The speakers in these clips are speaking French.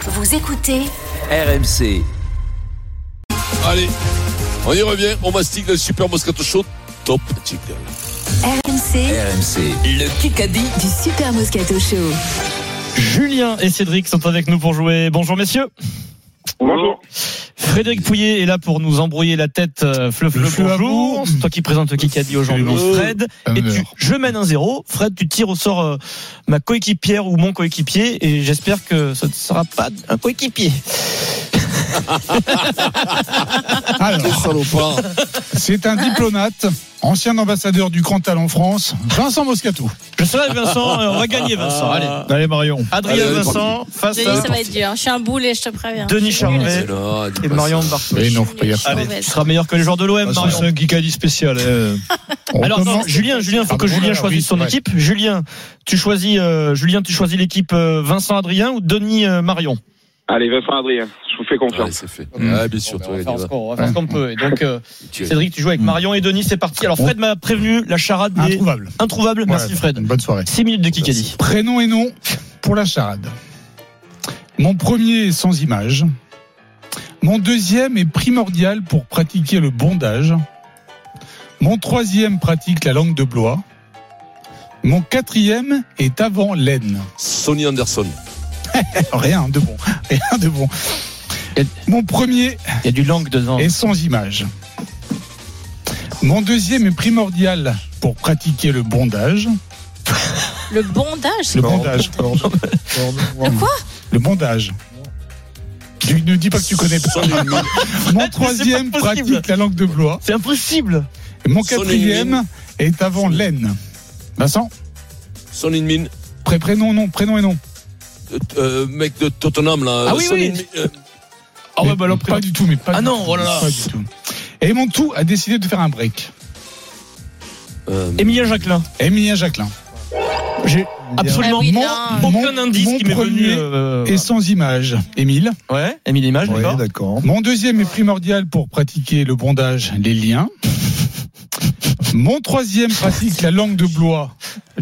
Vous écoutez RMC. Allez, on y revient. On mastique le super Moscato Show. Top jingle. RMC RMC. Le Kikadi. du Super Moscato Show. Julien et Cédric sont avec nous pour jouer. Bonjour messieurs. Bonjour. Frédéric Pouillet est là pour nous embrouiller la tête. Euh, Fleu, fleu, Le fleu à bonjour. vous. C'est toi qui présente le Kikadi aujourd'hui, Bonjour. Fred. Et tu, je mène un zéro. Fred, tu tires au sort euh, ma coéquipière ou mon coéquipier et j'espère que ça ne sera pas un coéquipier. Oh, Quel Alors, salopard. c'est un diplomate, ancien ambassadeur du Cantal en France, Vincent Moscato. Je serai Vincent, euh, on va gagner Vincent. Allez. Allez Marion. Adrien Allez, allez, Vincent face Denis, à ça va être dur. Je suis un boulet, je te préviens. Denis Charvet Excellent, dis et pas Marion ça. Bartoli. non, faut pas dire ça. Allez, mauvaise. tu seras meilleur que les joueurs de l'OM, Marion. Ah, un Kikadi spécial. hein. On Alors attends, Julien, Julien, faut Ah, que bon, Julien voilà, choisisse oui, son ouais. équipe. Julien, tu choisis, euh, Julien, tu choisis l'équipe euh, Vincent Adrien ou Denis euh, Marion. Allez, Vincent Adrien, je vous fais Allez, confiance. c'est fait. Mm. Ah, bien sûr, Bon, toi, ben, on va il y faire ce va. qu'on- on va faire ce qu'on peut. Et donc, euh, Tu- Cédric, tu joues avec Marion et Denis. C'est parti. Alors Fred m'a prévenu, la charade est Introuvable. introuvable. Merci Ouais, Fred. Une bonne soirée. 6 minutes de Kikadi. Prénom et nom pour la charade. Mon premier est sans image. Mon deuxième est primordial pour pratiquer le bondage. Mon troisième pratique la langue de Blois. Mon quatrième est avant l'aine. Sonny Anderson. Rien de bon. Rien de bon. Mon premier Il y a du langue dedans. et sans image. Mon deuxième est primordial pour pratiquer le bondage. Le bondage, c'est Le quoi bondage. Le quoi Le bondage. Tu ne dis pas que tu connais pas. Sonny Mill. Mon troisième pas possible. pratique la langue de Blois. C'est impossible. Et Mon Sonny quatrième Min. est avant l'aine. Vincent, Sonny Min. pré- prénom, nom, prénom et nom. Euh, euh, mec de Tottenham, là. Ah oui, Sonny oui. Min, euh, Ah ouais, Mais bah alors, pas du tout, mais pas Ah du non, tout, oh là là. Pas du tout. Et mon tout a décidé de faire un break. euh, Émilien Jacquelin. Emilien Jacquelin. J'ai absolument Ah oui, mon- non. aucun Mon- indice mon qui m'est venu. premier euh, Et sans image, Émile. Ouais. Émile Image, d'accord. d'accord. Mon deuxième est primordial pour pratiquer le bondage, les liens. Mon troisième pratique la langue de Blois,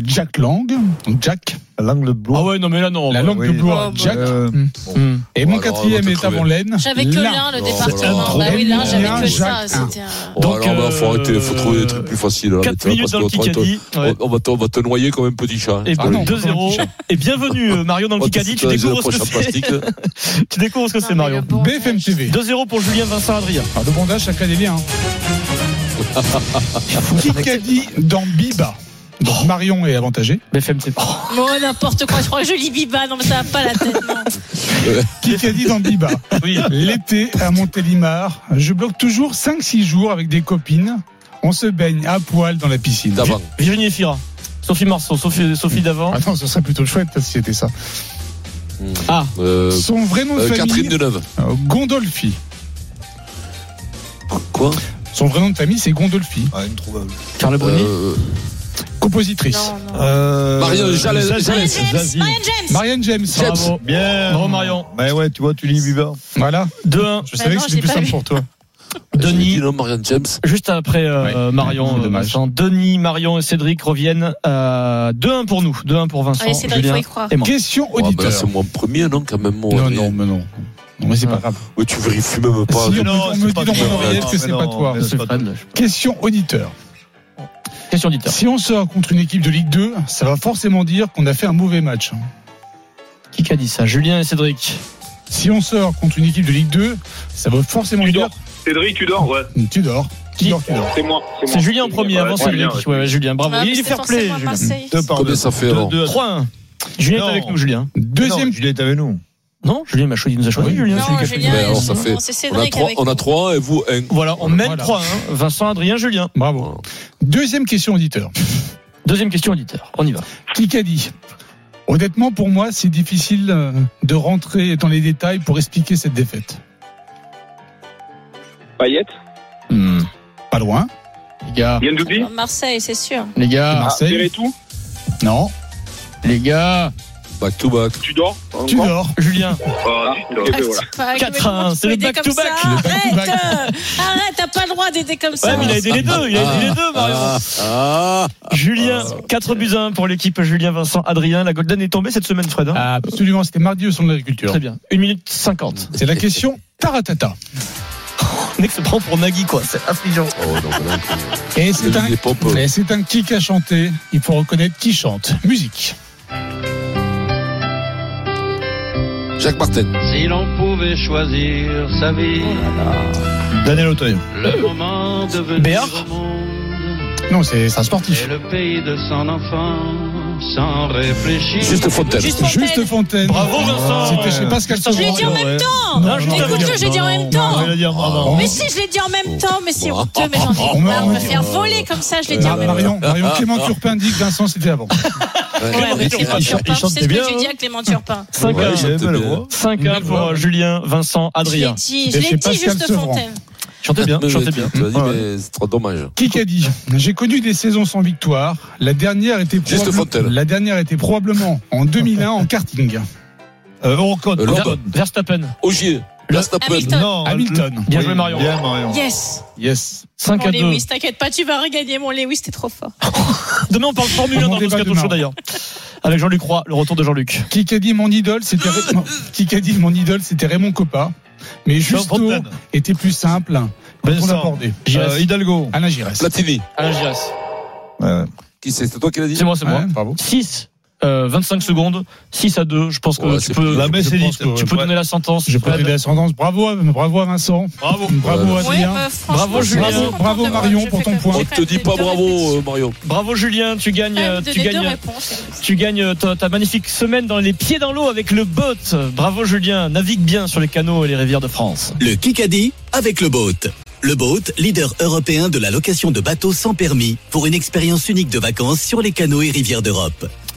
Jack Lang. Donc Jack. La langue de Ah Blois. ouais, non mais là non. La bah, langue de oui. Blois, Oh, bah. Jack. Euh, hum. Et Bon, mon alors, on quatrième va est te avant l'aine. J'avais que Lin. l'un, le Non, département. c'est Bah oui, l'un, un j'avais que Jacques ça. un. C'était un- bon, donc, oh, alors, là, faut euh, arrêter, faut trouver des trucs plus faciles. là, 4 tu vois, minutes parce dans le que toi, toi, Kikadi. Ouais. on- On va te- on va te noyer comme un petit chat. hein. Et Je te Ah le non. dis. 2-0. Et bienvenue euh, Marion dans le Oh, Kikadi. Tu t'as les découvres ce approches que en c'est. plastique. euh, Tu découvres ce que Non, c'est mais le Marion. bondage. BFM TV. 2-0 pour Julien Vincent Adrien. Ah, le bondage, chacun des liens. hein. Kikadi dans Biba. Donc Marion est avantagé. BFM TV. Oh, n'importe quoi. Je crois que je lis Biba. Non, mais ça va pas la tête. non. Kikadi dans Biba. oui. L'été à Montélimar, je bloque toujours 5-6 jours avec des copines. On se baigne à poil dans la piscine. D'avant. Virginie Efira. Sophie Marceau, Sophie, Sophie Davant. Ah non, ce serait plutôt chouette si c'était ça. Euh, Son vrai nom de euh, famille, Catherine Deneuve. euh, Gondolfi. Quoi Son vrai nom de famille, c'est Gondolfi. Ah, introuvable. Carla Bruni. Euh, Compositrice. Non, non. Euh, Marion Jalès. Zazie. Jalès. Zazie. Marianne James. Marianne James. James. Bravo. Bien. Bravo, Marion. Bah ouais, tu vois, tu lis Biba. Voilà. 2-1. Je Bah savais que non, c'était j'ai plus pas simple vu. pour toi. Denis. j'ai dit non, Marianne James. Juste après euh, Marion, Mmh, euh, dommage. Vincent, Denis, Marion et Cédric reviennent à 2-1 pour nous. 2-1 pour Vincent. Allez, Cédric, faut Julien. y croire. Et moi. Question Oh, bah là, auditeur. c'est moi en premier, non, quand même. mon non, Adrien. non, mais non. Non, mais c'est pas grave. Ouais, tu vérifies même pas. Si, Non, on me- on me dit dans mon toi. oreillette que Non, c'est mais pas non, toi. mais c'est pas toi. Question auditeur. Question auditeur. Si on sort contre une équipe de Ligue 2, ça va forcément dire qu'on a fait un mauvais match. Qui a dit ça Julien et Cédric. Si on sort contre une équipe de Ligue 2, ça va forcément Tu dire dors. Cédric, tu dors, ouais. tu dors. Tu Qui dors, tu dors. C'est moi. C'est moi. Julien en premier, Ouais, avant ouais, Cédric. Julien, ouais. Ouais, ouais, Julien, bravo. Ah, mais Il est c'était fair play, forcément à Julien. Marseille. Deux par Combien deux. ça fait Deux, alors deux. 3-1. Julien est Non. avec nous, Julien. Deuxième, Non, Juliette est avec nous. Non Julien m'a choisi, il nous a choisi, Oui. Julien. c'est lui Non, qui a fait. Ben, Julien, alors, ça fait- non, c'est On a Cédric trois, avec on a nous. trois et vous un. Voilà, on mène Voilà. 3-1. Vincent, Adrien, Julien. bravo. Deuxième question auditeur. Deuxième question auditeur. On y va. Qui qu'a dit Honnêtement, pour moi, c'est difficile euh, de rentrer dans les détails pour expliquer cette défaite. Payet, Hmm. Pas loin. Les gars, Gendoubi, Marseille, c'est sûr. les gars, Marseille. tout. Non. les gars. Back to back. Tu dors Tu dors. Julien. Ah, ok, ben voilà. Enfin, Quatre mais comment un, tu c'est peux le aider back comme to ça back, le back to Arrête, back. euh, arrête, t'as pas le droit d'aider comme Ouais, ça. mais il a aidé les deux, il a aidé les deux, Marion. Ah, ah, Julien, 4 buts à 1 pour l'équipe Julien, Vincent, Adrien. La Golden est tombée cette semaine, Fred. hein Absolument, c'était mardi au son de l'agriculture. Très bien. 1 minute 50. C'est la question taratata. Le mec se prend pour Nagui, quoi. C'est affligeant. oh, non, mais là, Et c'est le un, lit est pop. et c'est un kick à chanter. Il faut reconnaître qui chante. Musique. Jacques Martin. Si l'on pouvait choisir sa vie, Daniel Auteuil. le moment de venir Béard au monde Non, c'est c'est un et sportif. le pays de son enfant, sans réfléchir. Juste Fontaine. Juste Fontaine. Juste Fontaine. Bravo, Vincent. C'était chez Pascal Je Je l'ai dit en Sevran. même Non, temps non, Écoute-le, je l'ai dit en même temps Ah, Mais si, je l'ai dit en même temps, mais si, Oh. honteux, mais j'en Oh. ai marre de me Oh. faire voler comme ça, je l'ai dit Mar- en même temps. Ah, Marion, Marion Clément Turpin dit que Vincent c'était avant. Ouais, ouais, Clément il chante- Turpin, il chante c'est ce que bien, j'ai dit à Clément Turpin. 5 Ouais, à 1. je- J'avais pas le droit. 5 à 1 pour euh, Julien, Vincent, Je l'ai Adrien. dit, je Et l'ai c'est dit, Pascal Juste Sevran. Fontaine. Chantez bien, chantez bien. Tu m'as dit, Ouais. mais c'est trop dommage. Qui qu'a dit J'ai connu des saisons sans victoire. La dernière était, Juste probable- Fontaine. la dernière était probablement en 2001 en karting. Euh, Eurocode. Euh, Ver- London. Verstappen. Ogier. Verstappen. Hamilton. Non. Hamilton. Bien joué, Marion. Bien, Marion. Yes Yes. 5 Mon à 2. Lewis, t'inquiète pas, tu vas regagner mon Lewis, t'es trop fort. Demain, on parle Formule 1 On dans le débat Moscato demain. Show d'ailleurs. Avec Jean-Luc Roy, le retour de Jean-Luc. Qui qu'a dit mon idole C'était Ray- non. Qui qu'a dit mon idole C'était Raymond Coppa. Mais Justo Fontaine. était plus simple. Quand on Vincent. l'a bordé. Giresse. Euh, Hidalgo. Alain Giresse. Platini. Alain Giresse. Ouais. Qui c'est C'est toi qui l'as dit C'est moi, c'est moi. Ouais, bravo. 6, euh, 25 secondes, 6 à 2. Je pense que Ouais, tu c'est peux, plus- La messe je est pense dite, que tu ouais. peux donner la sentence. J'ai pas Fred. de l'ascendance. Bravo, à- bravo à Vincent. Bravo. Bravo Ouais. Ouais, Adrien. bah, franchement, Bravo, je suis Julien. contente Bravo, d'avoir- Marion, je fais pour ton comme- point. On j'ai te fait dit deux pas bravo, réflexions. euh, Mario. Bravo Julien, tu gagnes, Ah, euh, vous tu donnez deux gagnes, réponses. tu gagnes euh, ta, ta magnifique semaine dans les pieds dans l'eau avec le boat. Bravo Julien, navigue bien sur les canaux et les rivières de France. Le Kikadi avec le boat. Le boat, leader européen de la location de bateaux sans permis, pour une expérience unique de vacances sur les canaux et rivières d'Europe.